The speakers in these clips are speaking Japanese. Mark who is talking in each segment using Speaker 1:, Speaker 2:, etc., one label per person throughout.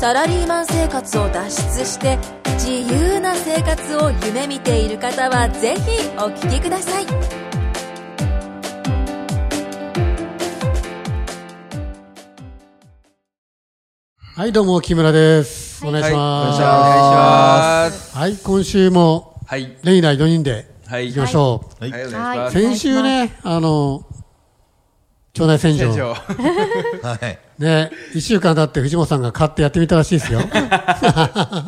Speaker 1: サラリーマン生活を脱出して自由な生活を夢見ている方はぜひお聞きください
Speaker 2: はい、どうも、木村です。お願いします。
Speaker 3: 願いします。
Speaker 2: はい、今週も、
Speaker 3: はい。
Speaker 2: レギュラー4人で
Speaker 3: はい。
Speaker 2: 行きましょう。
Speaker 3: はい。はい、お願いし
Speaker 4: は
Speaker 3: ま
Speaker 4: い
Speaker 3: す。
Speaker 2: 先週ね、あの、町内選
Speaker 3: 店
Speaker 2: 挙、
Speaker 3: 長。
Speaker 5: はい。
Speaker 2: ね、1週間経って藤本さんが買ってやってみたらしい ですよ。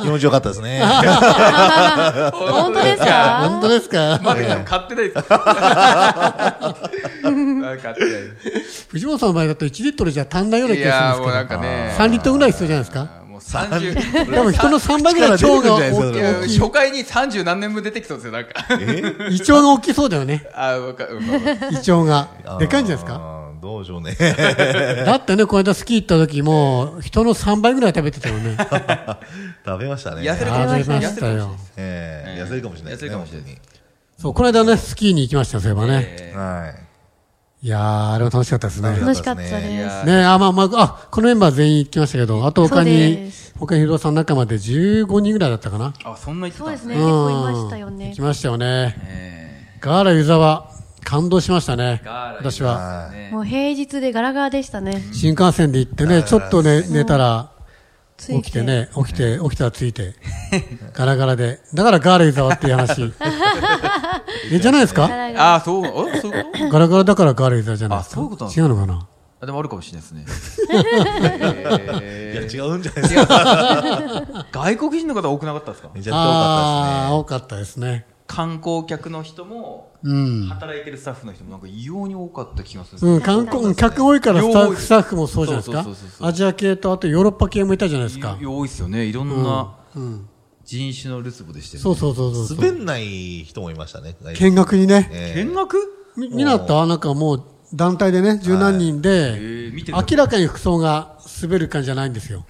Speaker 5: 気持ちよかったですね。
Speaker 4: 本当です
Speaker 2: 本
Speaker 4: か
Speaker 2: 当ですか
Speaker 3: マルさん買ってないですかあ買ってない
Speaker 2: 藤本さんの場合だと1リットルじゃ足んないような
Speaker 3: です。い
Speaker 2: 気
Speaker 3: や
Speaker 2: が
Speaker 3: ー、
Speaker 2: す
Speaker 3: もうな
Speaker 2: るん
Speaker 3: ん
Speaker 2: ですけ
Speaker 3: か
Speaker 2: ど、
Speaker 3: ね。
Speaker 2: 3リットルぐらい必要じゃないですか
Speaker 3: あーもう30。
Speaker 2: 多分人の3倍ぐらい腸が
Speaker 5: 口から出てくるんじゃ
Speaker 2: 大
Speaker 5: な
Speaker 2: きい
Speaker 3: 初回に30何年分出てきそうですよ、なんか。
Speaker 2: 胃腸が大きそうだよね。
Speaker 3: あー、わかる。わかる
Speaker 2: 胃腸が。でかいんじゃないですか
Speaker 5: かどうでしょうね。
Speaker 2: だってね、この間スキー行った時も、人の3倍ぐらい食べてたよ ね。
Speaker 5: 食べましたね。
Speaker 3: 痩せるかも
Speaker 2: 食べ
Speaker 3: しれな
Speaker 2: ま
Speaker 3: い。
Speaker 2: したよ。
Speaker 5: えー痩せるかもしれないです
Speaker 3: 痩せ
Speaker 5: ね。
Speaker 3: るかもしれない
Speaker 5: 本
Speaker 2: そう、この間ね、スキーに行きましたよ、そういえばね。
Speaker 5: 当
Speaker 3: え
Speaker 5: にはい。
Speaker 2: いやー、あれも楽しかったですね。
Speaker 5: 楽
Speaker 4: 楽
Speaker 5: し
Speaker 4: し
Speaker 5: か
Speaker 4: か
Speaker 5: っ
Speaker 4: ったた
Speaker 5: で
Speaker 4: ですす
Speaker 3: ーい
Speaker 5: ね
Speaker 3: やー
Speaker 2: ねあ、まあまあ、あ、このメンバー全員行きましたけど、あと他
Speaker 4: そう
Speaker 2: に
Speaker 4: です、
Speaker 2: 他に不動産仲間で15人ぐらいだったかな。
Speaker 3: あ、そんな言って
Speaker 4: そう
Speaker 3: たん
Speaker 4: で
Speaker 3: ですすね。
Speaker 4: ね、
Speaker 2: うん
Speaker 4: 結構いましたよ
Speaker 2: 行
Speaker 4: ね
Speaker 2: きましたよね。
Speaker 3: え
Speaker 2: ガーラ湯沢、感動しましたね。
Speaker 3: ーガーラ
Speaker 2: 私は。
Speaker 5: は
Speaker 4: もう平日でガラガラでしたね
Speaker 2: 新幹線で行ってね、ちょっとね、寝たら、
Speaker 4: つ
Speaker 2: 起
Speaker 4: い
Speaker 2: きてね、起きて、起きたらついて、ガラガラで。だからガーラ湯沢っていう 話。え、じゃないです
Speaker 4: ガ
Speaker 2: か
Speaker 4: ラガラ
Speaker 3: あー、そう、あそういうこと
Speaker 2: ガラガラだからガーラ湯沢じゃないですか。
Speaker 3: あそういうことなん
Speaker 2: 違うのかな
Speaker 3: あでもあるかもしれ ないですね。
Speaker 5: いや、
Speaker 3: えー
Speaker 5: 違うんじゃないで すか。
Speaker 3: 外国人の方多くなかったですか
Speaker 5: めちゃくちゃ多
Speaker 2: ああー、
Speaker 5: かっ
Speaker 2: 多かったですね。
Speaker 3: 観光客の人も、
Speaker 2: うん。
Speaker 3: 働いてるスタッフの人もなんか異様に多かった気がするんですよ
Speaker 2: うん、観光、客多いからスタッ
Speaker 3: 両
Speaker 2: フ
Speaker 3: 方
Speaker 2: スタッフもそうじゃないですか
Speaker 3: そうそうそう。そう
Speaker 2: アジア系と、あとヨーロッパ系もいたじゃないですか
Speaker 3: い。多いですよね。いろんな
Speaker 2: うん。
Speaker 3: 人種のるつぼでして、ね
Speaker 2: そうそうそう
Speaker 5: た
Speaker 2: そ
Speaker 5: ですね。
Speaker 2: う。
Speaker 5: 滑んない人もいましたね。
Speaker 2: 見学にね。
Speaker 5: えー
Speaker 3: 見学
Speaker 2: み、みなったなんかもう団体でね、十何人で
Speaker 3: ー、見てる
Speaker 2: 明らかに服装が滑る感じじゃないんですよ。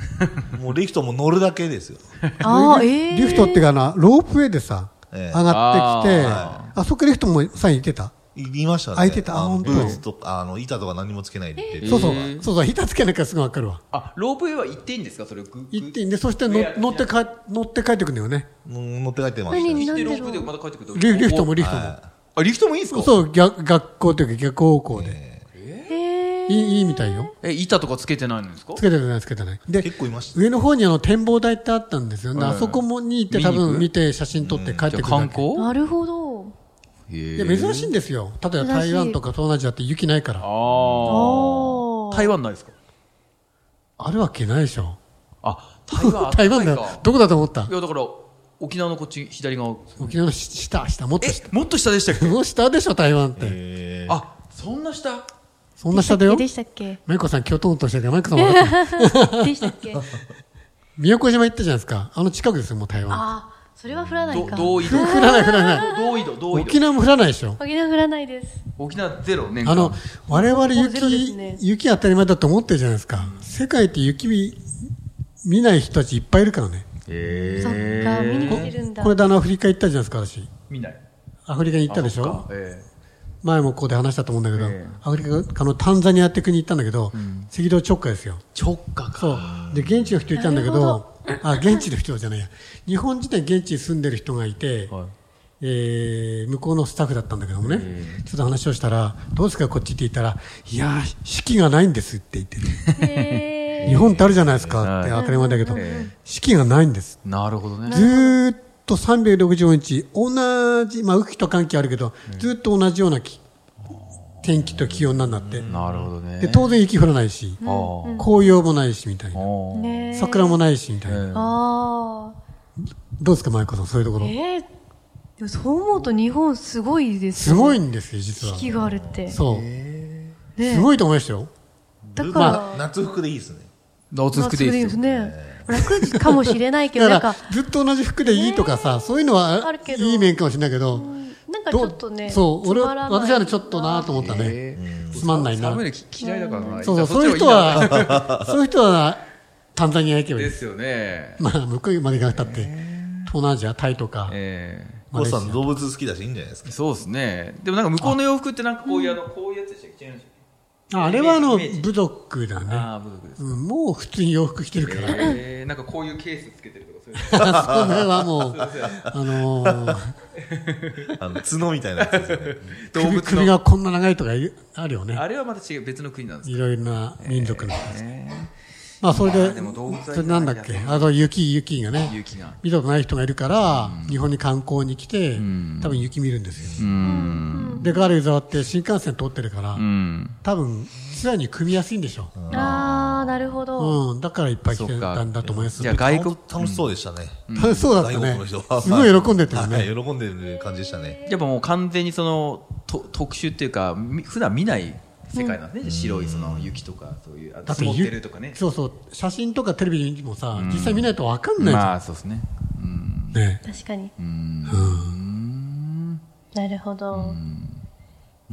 Speaker 5: もうリフトも乗るだけですよ。
Speaker 4: あーえー
Speaker 2: リフトってかな、ロープウェイでさ、
Speaker 5: え
Speaker 2: 上
Speaker 5: え
Speaker 2: がってきて、
Speaker 5: あ
Speaker 2: あそこリフトもさ、行ってた。
Speaker 5: いましたね。
Speaker 2: 開いてたあ
Speaker 5: あの
Speaker 2: 本当
Speaker 5: ブーツとか、あの、板とか何もつけないで行って。
Speaker 2: そうそう
Speaker 3: へ。
Speaker 2: そうそう、板つけなきゃすぐわかるわ。
Speaker 3: あ、ロープウェイは行っていいんですかそれ。ぐ
Speaker 2: 行って
Speaker 3: い
Speaker 2: んで、そして
Speaker 3: 上
Speaker 2: 乗
Speaker 3: やって
Speaker 2: 乗って帰、乗って帰ってくんだよね。
Speaker 5: うん乗って帰ってました
Speaker 4: 何
Speaker 5: ね。
Speaker 3: 行ってロ
Speaker 4: なん
Speaker 3: ー
Speaker 4: で
Speaker 3: プ
Speaker 4: ろ
Speaker 3: ウェ
Speaker 4: う
Speaker 3: イまた帰ってくる
Speaker 2: リリフトも
Speaker 3: リ
Speaker 2: リフトも。
Speaker 5: は
Speaker 3: あ、リフトもいいんですか
Speaker 2: そう、逆、学校というか逆方向で。
Speaker 4: えー
Speaker 2: いい、いいみたいよ。
Speaker 3: え、板とかつけてないんですか
Speaker 2: つけてない、つけてない。で
Speaker 5: い、結構いました。
Speaker 2: 上の方にあの展望台ってあったんですよね。
Speaker 3: はい
Speaker 2: あそこもに行って
Speaker 3: 見
Speaker 2: 多
Speaker 3: に行く
Speaker 2: 分見て写真撮って帰って
Speaker 3: じゃ
Speaker 2: くる
Speaker 3: あ
Speaker 2: だけ。
Speaker 3: 観光
Speaker 4: なるほど
Speaker 2: いや、珍しいんですよ。例えば台湾とか東南アジアって雪ないから。
Speaker 3: あ
Speaker 4: お
Speaker 3: あ。
Speaker 4: ー
Speaker 3: 台湾ないですか
Speaker 2: あるわけないでしょ。
Speaker 3: あ、台湾
Speaker 2: 台湾だ
Speaker 3: 暖かい
Speaker 2: よ
Speaker 3: か。
Speaker 2: どこだと思った
Speaker 3: いや、だから、沖縄のこっち、左側。
Speaker 2: 沖縄のし下、下、もっと
Speaker 3: え
Speaker 2: 下。、
Speaker 3: もっと下でしたっ
Speaker 2: そ
Speaker 3: け
Speaker 2: の下でしょ、台湾って。
Speaker 5: えー
Speaker 3: あ、そんな下
Speaker 2: そんな下だよ。
Speaker 4: でしたっけ
Speaker 2: マイコさん、今日トントンしてるから、マイコさん笑 ってる。
Speaker 4: でしたっ け
Speaker 2: 宮古島行ったじゃないですか。あの近くですよ、もう台湾。
Speaker 4: ああそれは降らない
Speaker 3: ど
Speaker 4: か
Speaker 3: どう移動
Speaker 2: 降らない、降らない。
Speaker 3: どう移動どう移
Speaker 2: 沖
Speaker 3: 動
Speaker 2: 縄も降らないでしょ。
Speaker 4: 沖縄降らないです
Speaker 3: 沖縄ゼロ年間。
Speaker 2: あの、我々
Speaker 4: ほぼゼロで
Speaker 2: 雪、
Speaker 4: すね
Speaker 2: 雪当たり前だと思ってるじゃないですか。世界って雪見見ない人たちいっぱいいるからね。
Speaker 3: え
Speaker 4: そっか見に来てるんだ
Speaker 2: これであのアフリカ行ったじゃないですか、私。
Speaker 3: 見ない。
Speaker 2: アフリカに行ったでし
Speaker 3: あそっ
Speaker 2: ょ
Speaker 3: かえ
Speaker 2: 前もここで話したと思うんだけど、
Speaker 3: ええ
Speaker 2: アフリカのタンザニアって国行ったんだけど、赤道直下ですよ。
Speaker 3: え直下か。
Speaker 2: そう。で、現地の人いたんだけど、
Speaker 4: なる
Speaker 2: あ、現地の人じゃないや。日本人で現地に住んでる人がいて、
Speaker 3: はい
Speaker 2: えー向こうのスタッフだったんだけどもね、ちょっと話をしたら、どうですか、こっちって言ったら、いやー、四季がないんですって言ってて。
Speaker 4: へ
Speaker 2: 日本ってあるじゃないですかって
Speaker 3: は
Speaker 2: 当たり前だけど
Speaker 3: え、
Speaker 2: 四季がないんです。
Speaker 3: なるほどね
Speaker 2: ず。ーっと365日、同じ、まあ、雨季と寒季あるけど、ずーっと同じような気天気と気温なんだって。
Speaker 3: なるほどね。
Speaker 2: で、当然雪降らないし、
Speaker 3: あー
Speaker 2: 紅葉もないし、みたいな。
Speaker 3: あ
Speaker 4: ー
Speaker 3: ー。
Speaker 4: ねえ
Speaker 2: 桜もないし、みたいな。
Speaker 3: え
Speaker 4: ああ
Speaker 2: どうですか、舞子さん、そういうところ。
Speaker 4: えー、でもそう思うと日本すごいです
Speaker 2: す
Speaker 4: よね
Speaker 2: ごいんですよ、実は
Speaker 4: 四。季があるって
Speaker 2: そう。
Speaker 4: ね
Speaker 2: すごいと思いましたよ。
Speaker 4: だから、
Speaker 5: まあ夏服でいいですね。
Speaker 3: え落ち着くでいいですよ。
Speaker 4: ね。楽かもしれないけど、
Speaker 2: だ
Speaker 4: なん
Speaker 2: か、、
Speaker 4: から
Speaker 2: ずっと同じ服でいいとかさ、そういうのは
Speaker 4: あるけど
Speaker 2: いい面かもしれないけど、
Speaker 4: なんがちょっとね
Speaker 2: そう俺
Speaker 4: つまらない
Speaker 2: 私はねちょっとなと思ったね、
Speaker 3: えー
Speaker 2: つまんないな
Speaker 3: 寒いの嫌いだからな。
Speaker 2: そう
Speaker 3: じ
Speaker 2: そう
Speaker 3: ゃあ
Speaker 2: そういう人。 はそういう人はタンザニア行けばいい
Speaker 3: で
Speaker 2: です
Speaker 3: すよね。
Speaker 2: まあ向こうまで行かなくたって、東南アジアタイとか、
Speaker 3: え
Speaker 5: コウさん動物好きだしいいんじゃないですか
Speaker 3: ーそうですね。でもなんか向こうの洋服ってなんかこういうあの、こういうやつでしたっけ違いましたっ
Speaker 2: ああれはあの
Speaker 3: イメージ
Speaker 2: 部族だ
Speaker 3: けあ
Speaker 2: ね、
Speaker 3: あ、部族です。
Speaker 2: うん、もう普通に洋服着てるから、
Speaker 3: えー、なんかこういうケースつけてるとかそういうの。
Speaker 2: それはもうあのー
Speaker 5: あの角みたいなやつですよね
Speaker 3: 動
Speaker 2: 首
Speaker 3: 物
Speaker 2: 首
Speaker 3: の。
Speaker 2: がこんな長いとかいうあるよね
Speaker 3: あれはまた違う、別の国なんです
Speaker 2: いろいろな民族の、
Speaker 3: ね。
Speaker 2: まあそれで
Speaker 3: まあでも動物は
Speaker 2: それなんだっけあと雪雪がね
Speaker 3: 雪が。
Speaker 2: 見たことない人がいるから、日本に観光に来て、多分雪見るんですよ、でガール湯沢って新幹線通ってるから、
Speaker 3: うん。
Speaker 2: 多分ツアーに組みやすいんでしょう、
Speaker 4: ああなるほど、
Speaker 2: うん、だからいっぱい来てたんだと思います
Speaker 3: じゃあ外国、
Speaker 5: 楽しそうでしたね、
Speaker 2: 楽しそうだった
Speaker 5: 外国の
Speaker 2: ね
Speaker 5: 人は
Speaker 2: すごい喜んでたよ
Speaker 5: は
Speaker 2: ね
Speaker 5: い喜んでる感じでしたね
Speaker 3: やっぱもう完全にそのと特殊っていうかみ普段見ない世界なんですね、白いその雪とかそういうあと
Speaker 2: だって
Speaker 3: 積もってるとかね
Speaker 2: そうそう写真とかテレビにもさ、実際見ないとわかんないじゃん、
Speaker 3: まあそうですねうん
Speaker 2: ね
Speaker 4: 確かに
Speaker 3: うん
Speaker 4: なるほど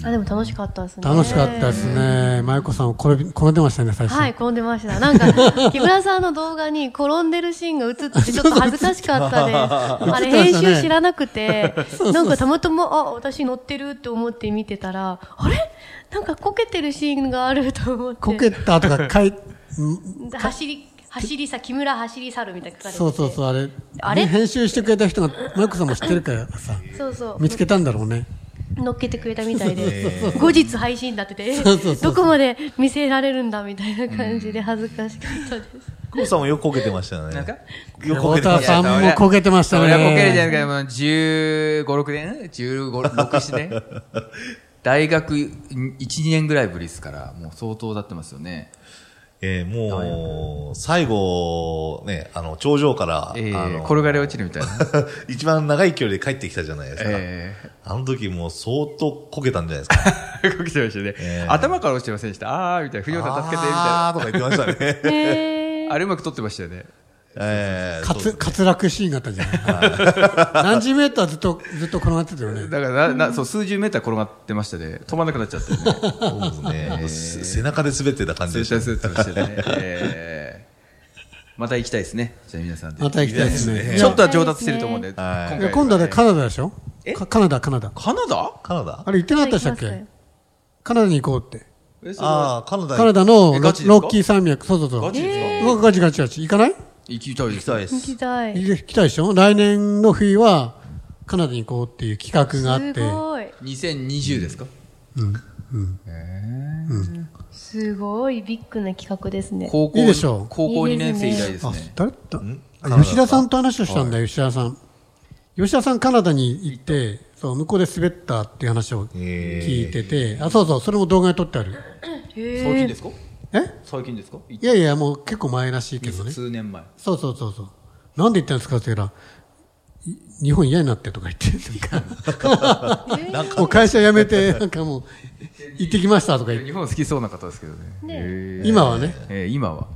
Speaker 4: あでも楽しかったですね
Speaker 2: 楽しかったですね麻由子さん転び転んでましたね最初、
Speaker 4: はい、転んでました。なんか、 木村さんの動画に転んでるシーンが映っ てて、ちょっと恥ずかしかったです。あれ、
Speaker 2: 映ってまし
Speaker 4: 編
Speaker 2: たね
Speaker 4: 集知らなくて
Speaker 2: うそ、う
Speaker 4: なんかたまたま、あ、私乗ってるって思って見てたら、あれなんかこけてるシーンがあると思って。
Speaker 2: こけたとか かいうん
Speaker 4: 走り、走りさ、木村走り去るみたいな書かれてて
Speaker 2: そうそうそうあれ
Speaker 4: あれ
Speaker 2: 編集してくれた人が麻由子さんも知ってるからさ
Speaker 4: そうそう
Speaker 2: 見つけたんだろうね
Speaker 4: 乗っけてくれたみたい で、後日配信だってて、え
Speaker 2: そうそうそう
Speaker 4: どこまで見せられるんだみたいな感じで恥ずかしかったです。
Speaker 5: コウさんもよくこけてましたよね
Speaker 3: なんか
Speaker 5: よくこけてま
Speaker 2: 太田
Speaker 5: し
Speaker 2: さ
Speaker 5: た
Speaker 2: んもこけてましたね
Speaker 3: そりゃこけるじゃないかもう1 5六6年1 5 6年 大学12年ぐらいぶりですからもう相当だってますよね
Speaker 5: えー、もう最後ねあの頂上から、
Speaker 3: ええ
Speaker 5: あの
Speaker 3: 転がり落ちるみたいな
Speaker 5: 一番長い距離で帰ってきたじゃないですか、
Speaker 3: え
Speaker 5: あの時もう相当こけたんじゃないで すか
Speaker 3: え こけてましたね、
Speaker 5: ええ
Speaker 3: 頭から落ちてませんでしたああみたいな藤本さん助けてみたいな
Speaker 5: あーとか言って ましたね
Speaker 4: えー
Speaker 3: あれうまく撮ってましたよね
Speaker 5: えー
Speaker 2: か
Speaker 5: そう
Speaker 2: つ
Speaker 5: です
Speaker 2: 滑落シーンがあったじゃない何十メーターずっとずっと転がってたよね
Speaker 3: だからな、な、そう、数十メーター転がってましたで、止まんなくなっちゃってね。
Speaker 5: そうですね。す背中で滑ってた感じ
Speaker 3: ス
Speaker 5: で
Speaker 3: ー
Speaker 5: し
Speaker 3: ター。
Speaker 5: た
Speaker 3: スーターしてね。えーまた行きたいですね。じゃあ皆さんで
Speaker 2: ま。た行きたいです
Speaker 5: いい
Speaker 2: ね
Speaker 5: で
Speaker 3: ちょっとは上達してると思うんで。
Speaker 5: はい
Speaker 3: 回
Speaker 2: いや今度はねカ
Speaker 3: カ
Speaker 2: ナダでしょ
Speaker 3: え
Speaker 2: かカナダカナダ
Speaker 3: ナダ
Speaker 5: カナダ
Speaker 2: あれ行ってなかったでしたっ
Speaker 4: 行きます
Speaker 2: けカナダに行こうって
Speaker 3: え、それは
Speaker 5: ああ、カナダ
Speaker 2: カナダのロ
Speaker 3: えガチですか
Speaker 2: ロッキー山脈そうそうそう
Speaker 3: ガチですか
Speaker 2: うわガチガチガチ行かない
Speaker 3: 行きたいで
Speaker 5: 行き
Speaker 3: す
Speaker 5: たいで
Speaker 3: ね。
Speaker 5: す。
Speaker 4: 行きたい。
Speaker 2: 行きたいでしょ来年の冬はカナダに行こうっていう企画があって
Speaker 4: すごい。
Speaker 3: 2020ですか
Speaker 4: すごいビッグな企画ですね。
Speaker 3: 高校。
Speaker 2: いいでしょう
Speaker 3: 高校2年生以来です
Speaker 2: あ
Speaker 3: ね。
Speaker 2: 誰だ
Speaker 5: カナダ
Speaker 2: あ吉田さんと話をしたんだよ、吉田さん。吉田さん、カナダに行って、そう向こうで滑ったっていう話を聞いてて、あそうそう、それも動画に撮ってある。
Speaker 3: 最近ですか
Speaker 2: え
Speaker 3: 最近ですか
Speaker 2: いやいや、もう結構前らしいけどね。
Speaker 3: 数年前。
Speaker 2: そうそうそうそう。なんで行ったんですかって言ったら、い日本嫌になってとか言って、 なんか、もう会社辞めて、なんかもう、行ってきましたとか言って、
Speaker 3: 日本好きそうな方ですけどね。えー
Speaker 2: 今はね。
Speaker 3: えー、今は。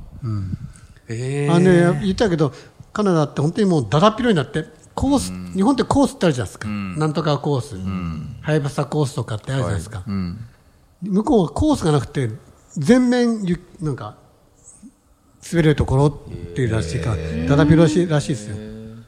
Speaker 3: えー
Speaker 2: あのね、言ったけど、カナダって本当にもうだだっ広いんだって、コース、日本ってコースってあるじゃないですか、なんとかコース、ハヤブサコースとかってあるじゃないですか、
Speaker 3: うん。
Speaker 2: 向こうはコースがなくて、全面ゆ、なんか、滑れるところっていうらしいから、だだっ広いらしいですよ。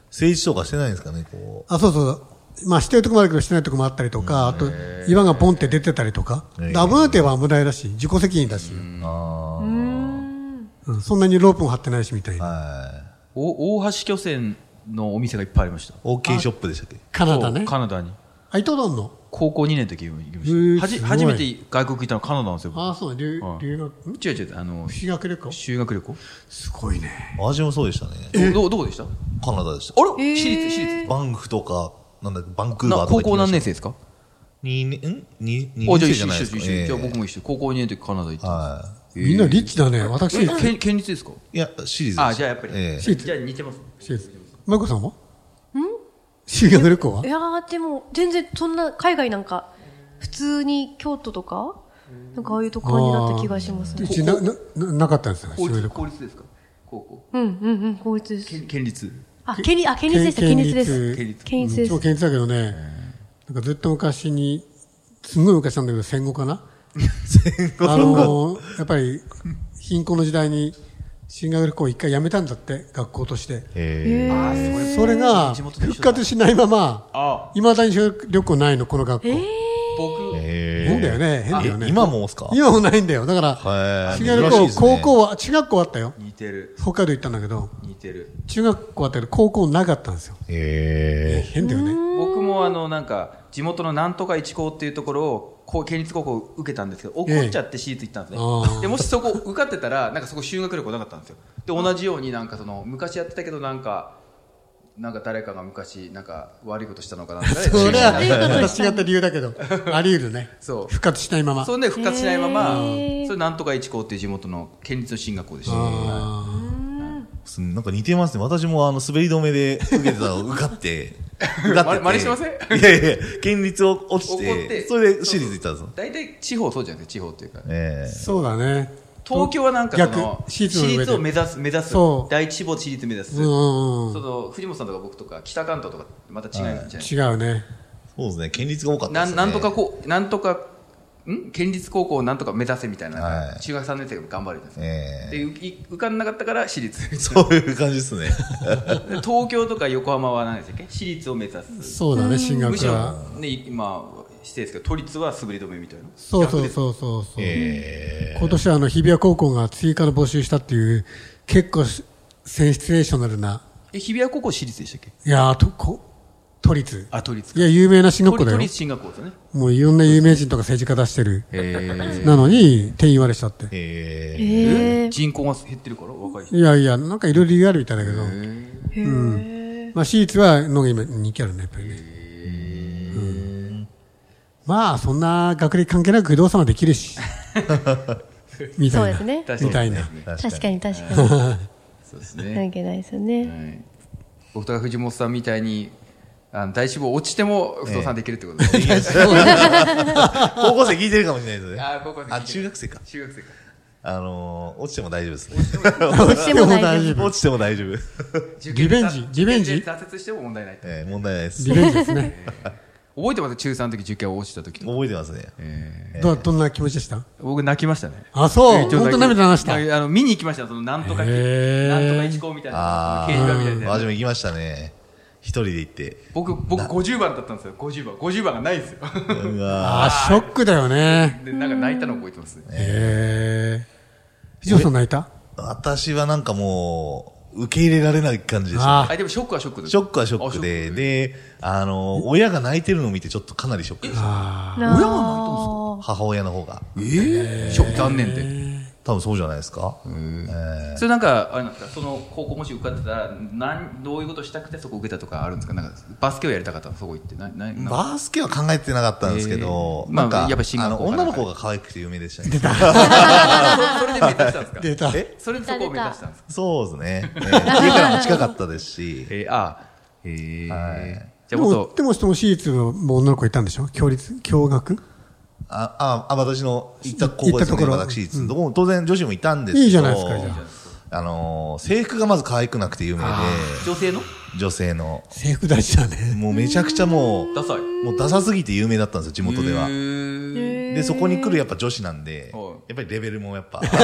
Speaker 5: 政治とかしてないんですかね、こ
Speaker 2: あ、そうそう。まあ、してるとこもあるけど、してないとこもあったりとか、あと、岩がポンって出てたりとか、
Speaker 5: へ
Speaker 2: で
Speaker 5: ー
Speaker 2: 危ないといえば危ないらしい、自己責任だし、
Speaker 5: う。あ
Speaker 2: うんそんなにロープも張ってないしみたい
Speaker 5: あ。
Speaker 2: な。
Speaker 5: はい。
Speaker 3: お大橋漁船のお店がいっぱいありました。
Speaker 5: OK ショップでしたっけ
Speaker 2: カナダ
Speaker 3: そう
Speaker 2: ね。
Speaker 3: カナダに。
Speaker 2: あ、伊藤どんの
Speaker 3: 高校2年の時に行きました、
Speaker 2: へー
Speaker 3: はじ
Speaker 2: すごい
Speaker 3: 初めて外国行ったのカナダなんですよ僕
Speaker 2: あ、そう、留
Speaker 3: はい
Speaker 2: 留学、ん
Speaker 3: 違う違うあの
Speaker 2: 修学旅行
Speaker 3: 修学旅行
Speaker 2: すごいね。
Speaker 5: 私もそうでしたね。
Speaker 3: どうどうでしたあ
Speaker 5: カナダでした。
Speaker 3: れ、私立私立
Speaker 5: バンフとか、なんだっけバンクー
Speaker 3: な
Speaker 5: バーと
Speaker 3: 高
Speaker 5: か行って
Speaker 3: 校
Speaker 5: ま
Speaker 3: 何
Speaker 5: した
Speaker 3: 年生ですか
Speaker 5: 二年、ん二二
Speaker 3: あ
Speaker 5: 年
Speaker 3: じゃあ一緒
Speaker 5: 生じゃない
Speaker 3: 一緒一緒
Speaker 5: です
Speaker 3: 一
Speaker 5: か。
Speaker 3: 緒、じゃあ僕も一緒高校2年の時カナダ行ってま
Speaker 5: は
Speaker 3: す、
Speaker 2: みんなリッチだね。私
Speaker 3: え
Speaker 2: 立、
Speaker 3: 県県立ですか
Speaker 5: い。いや、私立でした
Speaker 3: あじゃあやっぱり、
Speaker 5: ええ
Speaker 2: 私立
Speaker 3: じゃあ似てます
Speaker 2: 私立。まゆこさんはん修学旅行はい
Speaker 4: やー、でも、全然そんな、海外なんか、普通に京都とか、なんかああいうとこになった気がします
Speaker 2: う
Speaker 4: ね。
Speaker 2: ちな、な、ななかったんですよ、修
Speaker 3: 公
Speaker 2: 学
Speaker 3: 立
Speaker 2: 旅行。
Speaker 3: 公立ですか高校
Speaker 4: うんうんうん、こいつです。
Speaker 3: 県県立
Speaker 4: あ、県立、あ、県立でした、県立です。
Speaker 3: 県立
Speaker 4: 県立
Speaker 2: う
Speaker 4: で
Speaker 2: ちも
Speaker 4: す。
Speaker 2: 県立だけどね、なんかずっと昔に、すごい昔なんだけど戦後かなあのーやっぱり貧困の時代に進学旅行を一回やめたんだって、学校として。
Speaker 5: ええ
Speaker 3: あー
Speaker 2: それが
Speaker 3: 地元と一緒だ
Speaker 2: 復活しないまま、
Speaker 3: あ
Speaker 2: いまだに修学旅行ないの、この学校。
Speaker 3: 僕、
Speaker 5: ええ
Speaker 2: 変だよね、変だよね。
Speaker 5: え今もですか
Speaker 2: 今もないんだよ。だから
Speaker 5: は、い
Speaker 2: 修学旅
Speaker 5: 珍しい
Speaker 2: 行、
Speaker 5: ですね
Speaker 2: 高校は、中学校はあったよ。
Speaker 3: 似てる
Speaker 2: 北海道行ったんだけど、
Speaker 3: 似てる
Speaker 2: 中学校あったけど、高校なかったんですよ。
Speaker 5: え
Speaker 2: 変だよね。
Speaker 3: 僕もあのなんか地元のなんとか一高っていうところをこう県立高校受けたんですけど怒っちゃって私立行ったんですね、
Speaker 2: ああ
Speaker 3: でもしそこ受かってたらなんかそこ修学旅行なかったんですよで同じようになんかその昔やってたけどなんかなんか誰かが昔なんか悪いことしたのかなって
Speaker 2: それは、
Speaker 4: 違う
Speaker 2: 違った理由だけど、あり得るね。
Speaker 3: そう
Speaker 2: 復活しないまま。
Speaker 3: それで復活しないまま
Speaker 4: へえ
Speaker 3: それなんとか一高っていう地元の県立の進学校でした
Speaker 2: あ
Speaker 5: えなんか似てますね。私もあの、滑り止めで受けてたの受かって、受かってて。
Speaker 3: ま真似してません
Speaker 5: いやいや、県立を落ち
Speaker 3: 怒って
Speaker 5: て、それで私立行ったんですよ。
Speaker 3: 大体地方そうじゃないですか地方っていうか
Speaker 5: え
Speaker 2: ーそうだね。
Speaker 3: 東京はなんかその
Speaker 2: 逆私立の上で
Speaker 3: を目指す目指す
Speaker 2: そう
Speaker 3: 第一志望私立目指す、
Speaker 2: うんうんう
Speaker 3: そ
Speaker 2: ん。
Speaker 3: の藤本さんとか僕とか北関東とかまた違うんじゃない、
Speaker 2: 違うね。
Speaker 5: えそうですね。県立が多かった
Speaker 3: な
Speaker 5: です
Speaker 3: ん
Speaker 5: ね。
Speaker 3: なんとかこうなんとかん県立高校をなんとか目指せみたいな、
Speaker 5: はい
Speaker 3: 中学3年生が頑張るじゃないですか、
Speaker 5: ええ
Speaker 3: でうい受かんなかったから私立
Speaker 5: そういう感じですね。
Speaker 3: で東京とか横浜は何でしたっけ私立を目指す
Speaker 2: そうだね、進
Speaker 3: む
Speaker 2: 学
Speaker 3: しろ
Speaker 2: は。、
Speaker 3: ね、今してですけど都立は滑り止めみたいな
Speaker 2: そうそう
Speaker 3: 逆です
Speaker 2: そうそうそう。
Speaker 5: え
Speaker 2: 今年はあの日比谷高校が追加の募集したっていう、結構しセンシテーショナルな、
Speaker 3: え日比谷高校私立でしたっけ
Speaker 2: いやーとこ、都立。
Speaker 3: あ都立
Speaker 2: いや、有名な進学校
Speaker 3: 都
Speaker 2: だ
Speaker 3: 都
Speaker 2: よ。
Speaker 3: 立進学校ですよね
Speaker 2: もういろんな有名人とか政治家出してる。
Speaker 3: え
Speaker 2: なのに、定員割れしちゃって
Speaker 5: え。。ええ
Speaker 4: ええ
Speaker 3: 人口が減ってるから若い人
Speaker 2: いやいや、なんかいろいろ理由あるみたいだけど、まあ、私立はのが今人気あるね、やっぱりね。うんまあ、そんな学歴関係なく不動産はできる し。み
Speaker 4: そ
Speaker 2: た
Speaker 4: う
Speaker 2: い
Speaker 4: で
Speaker 2: な。
Speaker 4: すね。
Speaker 3: 確かに
Speaker 2: みたいな。
Speaker 4: 確かに確かに。
Speaker 3: そうです
Speaker 4: な
Speaker 3: ね、
Speaker 4: いけないですよ
Speaker 3: は
Speaker 4: ね。
Speaker 3: い、僕とか藤本さんみたいにあの大志望落ちても不動産できるってことですね、
Speaker 5: 高校生聞いてるかもしれないですね。
Speaker 3: あー高校生聞いてる
Speaker 5: あ中学生か。
Speaker 3: 中学生か
Speaker 5: あのー、落ちても大丈夫ですね。
Speaker 4: どうしても大
Speaker 2: で
Speaker 4: 丈
Speaker 2: も
Speaker 4: 夫。
Speaker 5: 落ちても大丈夫。
Speaker 3: 受
Speaker 2: リ
Speaker 3: 験
Speaker 2: ベンジ
Speaker 3: 挫
Speaker 2: リベンジ
Speaker 3: 受験で挫折しても問題ないと
Speaker 5: ええ問題ないです。
Speaker 2: リベンジですね。
Speaker 3: 覚えてます中3の時受験落ちた時とか、
Speaker 5: 覚えてますね。
Speaker 3: え
Speaker 2: どう、どんな気持ちでした
Speaker 3: ー僕泣きましたね
Speaker 2: あ、そう。
Speaker 3: 一応
Speaker 2: 本当涙流した。
Speaker 3: あの見に行きましたそのなんとか、
Speaker 2: へー
Speaker 3: なんとか一高みたいな
Speaker 5: あ
Speaker 3: 掲示板みたい
Speaker 5: ー、
Speaker 3: なやつ
Speaker 5: 初め行きましたね。一人で行って。
Speaker 3: 僕僕50番だったんですよ50番50番がないん ですよ
Speaker 5: うわ
Speaker 2: あ、ショックだよね。
Speaker 3: でなんか泣いたの覚えてますね
Speaker 2: へえ。以上さん泣いた
Speaker 5: ー私はなんかもう、受け入れられない感じでしたね。
Speaker 2: あ
Speaker 3: あでもショックはショックです
Speaker 5: ショックはショックで、で、あのー、親が泣いてるのを見てちょっとかなりショックでした。
Speaker 2: あ
Speaker 4: 親は
Speaker 5: 母親の方が。
Speaker 3: えー、ショック残念で
Speaker 5: 多分そうじゃないですか。
Speaker 3: それなんか、あれなんですか、その高校もし受かってたら、なんどういうことしたくてそこ受けたとかあるんですか、なんかバスケをやりたかったの、そこ行って、なななんか
Speaker 5: バスケは考えてなかったんですけど、
Speaker 3: えーまあ
Speaker 5: なんか、
Speaker 3: やっぱ進
Speaker 5: あ
Speaker 3: 学校
Speaker 5: の、
Speaker 3: かな
Speaker 5: 女の子が可愛くて有名でした
Speaker 3: そ
Speaker 5: ね。
Speaker 3: れで目指したんですか
Speaker 2: あ。、出た。
Speaker 5: え
Speaker 3: それでそこを目指したんですか。
Speaker 5: そうですね。えー家からも近かったで すし、
Speaker 3: えー、あー、えー
Speaker 5: はい
Speaker 2: で
Speaker 3: じゃあもっ
Speaker 2: も
Speaker 3: と、、
Speaker 2: でも、その私立の女の子いたんでしょ共立、共学
Speaker 5: あ、あ、あ私の行った高校です
Speaker 2: 行ったとこ
Speaker 5: ね、
Speaker 2: ろ
Speaker 5: 私立のとこも当然女子もいたんですけど、
Speaker 2: いいじゃないですかじゃ
Speaker 5: あのー、制服がまず可愛くなくて有名で、
Speaker 3: 女性の
Speaker 5: 女性の。
Speaker 2: 制服大事だ ね。
Speaker 5: もうめちゃくちゃもう、
Speaker 3: ダサい。
Speaker 5: もうダサすぎて有名だったんですよ、地元では
Speaker 3: へ。ー
Speaker 5: で、そこに来るやっぱ女子なんで
Speaker 3: は、
Speaker 5: やっぱりレベルもやっぱ。
Speaker 3: やばいあ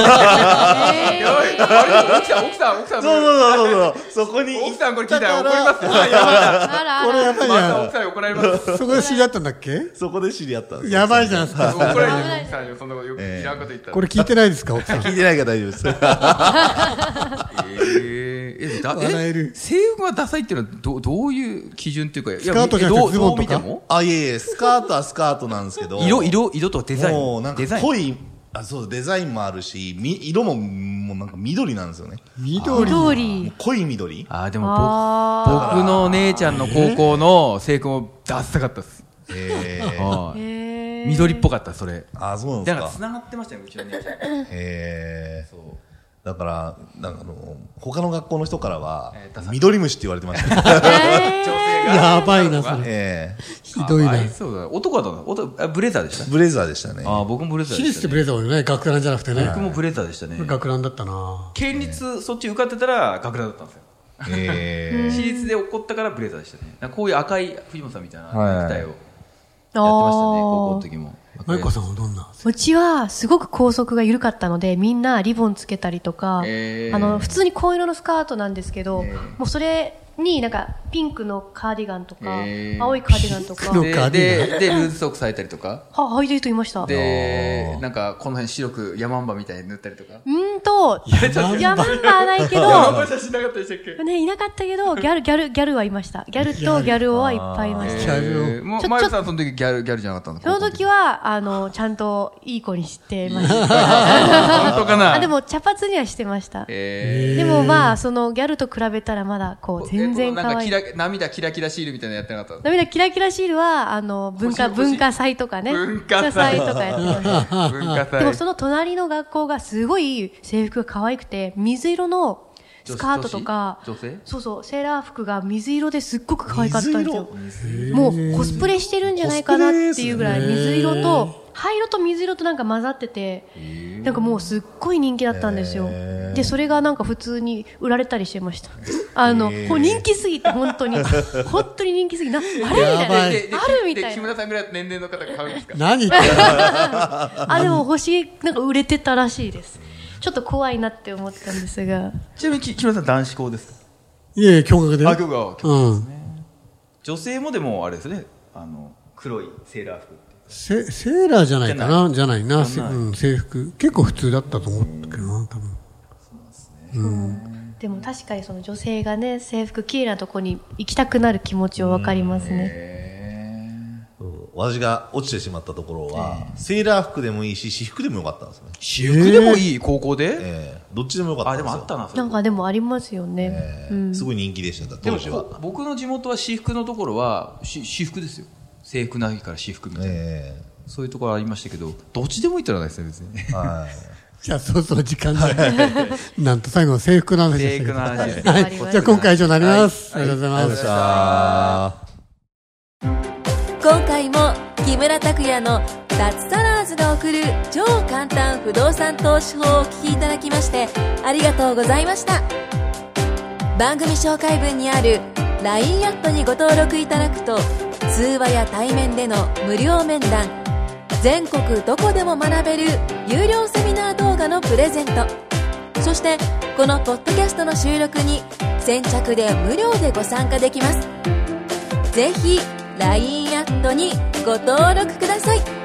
Speaker 3: れ奥さん、奥さん、奥さん、
Speaker 5: そうそうそうそう。そこに
Speaker 3: 奥さんこれ聞いたら怒り
Speaker 5: ら、
Speaker 3: ますよ。あやばい
Speaker 4: あら
Speaker 2: これやばい
Speaker 3: また奥
Speaker 2: や
Speaker 3: さんに怒られます。
Speaker 2: ん。そこで知り合ったんだっけ
Speaker 5: そこで知り合ったんですよ
Speaker 2: やばいじゃないですか。
Speaker 3: 怒られるよ、奥さんに、そんなことよく
Speaker 5: えー
Speaker 3: いらんこと言ったら。
Speaker 2: これ聞いてないですか、奥さん。
Speaker 5: 聞いてないから大丈夫です。
Speaker 3: えーえだ
Speaker 2: 笑える
Speaker 3: 制服がダサいっていうのはどどういう基準っていうかいや
Speaker 2: スカートじゃなくてズボンとか
Speaker 3: どうどう見ても
Speaker 5: あ、いえいえ、スカートはスカートなんですけど。
Speaker 3: 色色色とかデザイン
Speaker 5: もうなん
Speaker 3: デザ
Speaker 5: か
Speaker 3: イン
Speaker 5: 濃い、あ、そう、デザインもあるし、み色も、もうなんか緑なんですよね。
Speaker 2: 緑。
Speaker 5: もう
Speaker 4: 緑。
Speaker 5: 濃 い緑
Speaker 3: あーでも僕
Speaker 4: あ
Speaker 3: 僕の姉ちゃんの高校の制服もダッサかったっす、
Speaker 5: ええ
Speaker 3: はい
Speaker 4: ー。 へー
Speaker 3: 緑っぽかったそれ
Speaker 5: あ、そうなんで
Speaker 3: だ
Speaker 5: す
Speaker 3: から繋
Speaker 5: か。
Speaker 3: がってましたようちの姉ちゃん
Speaker 5: ええ
Speaker 3: そう
Speaker 5: だから、なんかあの、他の学校の人からは
Speaker 3: えーダサ、い
Speaker 5: 緑虫って言われてました ね。
Speaker 3: 女
Speaker 4: えー
Speaker 3: 性が
Speaker 2: やばいな、それ。
Speaker 5: ええ
Speaker 2: ひどい
Speaker 3: かわ
Speaker 2: な。
Speaker 3: そうだ男だったのあブレザーでした
Speaker 5: ブレザーでしたね。
Speaker 3: あー僕もブレザー
Speaker 2: 私
Speaker 3: で
Speaker 2: 立っ
Speaker 3: してた、
Speaker 2: ブ
Speaker 3: ね、
Speaker 2: レザーだよね、学ランじゃなくてね。
Speaker 3: 僕もブレザーでしたね
Speaker 2: 学ランだったな
Speaker 3: 県立そっち受かってたら学ランだったんですよ
Speaker 5: ええ
Speaker 3: 私立で怒ったからブレザーでしたねなんかこういう赤い藤本さんみたいなネクタイをやってましたね、高校の時も。
Speaker 2: マイコさんはどんな
Speaker 4: うちはすごく校則が緩かったのでみんなリボンつけたりとか、
Speaker 3: えー
Speaker 4: あの普通に紺色のスカートなんですけど、
Speaker 3: えー
Speaker 4: もうそれになんかピンクのカーディガンとか、
Speaker 3: えー
Speaker 4: 青いカーディガンと
Speaker 2: ピ
Speaker 4: か
Speaker 2: ンクの
Speaker 3: で、で、で、ルーズソックス履いたりとか。
Speaker 4: は履いてる人いましたう
Speaker 3: で
Speaker 5: あ、ー
Speaker 3: なんか、この辺白く山んばみたいに塗ったりとか。
Speaker 4: ーんと
Speaker 2: 山んば
Speaker 4: ヤマンバはないけ
Speaker 3: あんま
Speaker 4: ど
Speaker 3: り写真なかったでしたっけ
Speaker 4: ねいなかったけどギャルギャルギャルはいましたギャルとギャル男はいっぱいいまし
Speaker 2: ギ
Speaker 4: た
Speaker 2: ャル
Speaker 3: えーも
Speaker 4: ちょ
Speaker 3: う、マイコさんその時ギャル、ギャルじゃなかったの
Speaker 4: その時
Speaker 3: は。
Speaker 4: はあのちゃんといい子にしてまし た
Speaker 3: 本当かな
Speaker 4: あで、も茶髪にはしてました
Speaker 3: え
Speaker 4: でもまあ、そのギャルと比べたらまだこ
Speaker 3: ー
Speaker 4: う、全然
Speaker 3: えっとなん
Speaker 4: 可
Speaker 3: か
Speaker 4: 愛
Speaker 3: キ
Speaker 4: い。
Speaker 3: ラ、涙キラキラシールみたいなのやってなかったの
Speaker 4: 涙キラキラシールは、あの、文化、
Speaker 3: 星星
Speaker 4: 文化祭とかね。
Speaker 3: 文化祭
Speaker 4: 文とかやってました。
Speaker 3: 文化祭。
Speaker 4: でもその隣の学校がすごい制服が可愛くて、水色のスカートとか、
Speaker 3: 女子女性
Speaker 4: そうそう、セーラー服が水色ですっごく可愛かったんですよ。
Speaker 2: へー
Speaker 4: もうコスプレしてるんじゃないかなっていうぐらい、
Speaker 2: コスプレです
Speaker 4: 水
Speaker 2: ね
Speaker 4: 色と、灰色と水色となんか混ざってて、なんかもうすっごい人気だったんですよ。
Speaker 5: へー
Speaker 4: で、それがなんか普通に売られたりしてました。あの、
Speaker 5: へー
Speaker 4: こう人気すぎて、本当に。本当に人気すぎて、なあれみたい
Speaker 2: やば
Speaker 4: な。
Speaker 2: い
Speaker 3: でで
Speaker 4: あるみた
Speaker 3: で
Speaker 4: い
Speaker 3: 木
Speaker 4: な。
Speaker 3: 村さんぐらいの年齢の方が買うんですか
Speaker 2: 何言ってんの
Speaker 4: あ、でも星、なんか売れてたらしいです。ちょっと怖いなって思ったんですが。
Speaker 3: ちなみに木村さん男子校ですか
Speaker 2: いえいえ、驚愕で。
Speaker 3: あ、曲が、
Speaker 2: うん。
Speaker 3: 女性もでもあれですね、あの、黒いセーラー服。
Speaker 2: セセーラーじゃないかなじゃないな。
Speaker 3: じ
Speaker 2: せ
Speaker 3: ゃない
Speaker 2: うん、制服。結構普通だったと思うけどな、多分。
Speaker 4: でも確かにその女性がね、制服綺麗なとこに行きたくなる気持ちはわかりますね。
Speaker 3: へー
Speaker 5: うん私が落ちてしまったところは、セーラー服でもいいし、私服でもよかったんですよね。
Speaker 3: 私服でもいい高校で
Speaker 5: ええどっちでもよかった
Speaker 3: あ、
Speaker 5: ん
Speaker 3: で
Speaker 5: です
Speaker 3: も
Speaker 5: よ。
Speaker 3: あったな、それ
Speaker 4: なんかでもありますよね。
Speaker 5: ええすごい人気でした、
Speaker 3: で
Speaker 5: 当
Speaker 3: も
Speaker 5: 時は。
Speaker 3: こ僕の地元は私服のところはし私服ですよ制服ないから私服みたいな、
Speaker 5: え
Speaker 3: そういうところありましたけどどっちでもいいってのはないですね別に
Speaker 5: えはい。
Speaker 2: じゃあ、そろそろ時間 だ。なんと最後の制服の話でしたけ
Speaker 3: 制服の
Speaker 2: ど。
Speaker 3: 話ですね
Speaker 4: は
Speaker 2: はいい。じゃあ、今回以上になります。あ
Speaker 3: はい
Speaker 2: りがとうござい
Speaker 5: ありがとうござい
Speaker 2: ます。
Speaker 5: ました。
Speaker 1: 今回も木村拓哉の脱サラーズが送る超簡単不動産投資法をお聞きいただきましてありがとうございました番組紹介文にある LINE アットにご登録いただくと通話や対面での無料面談全国どこでも学べる有料セミナー動画のプレゼントそしてこのポッドキャストの収録に先着で無料でご参加できますぜひ LINE アットにご登録ください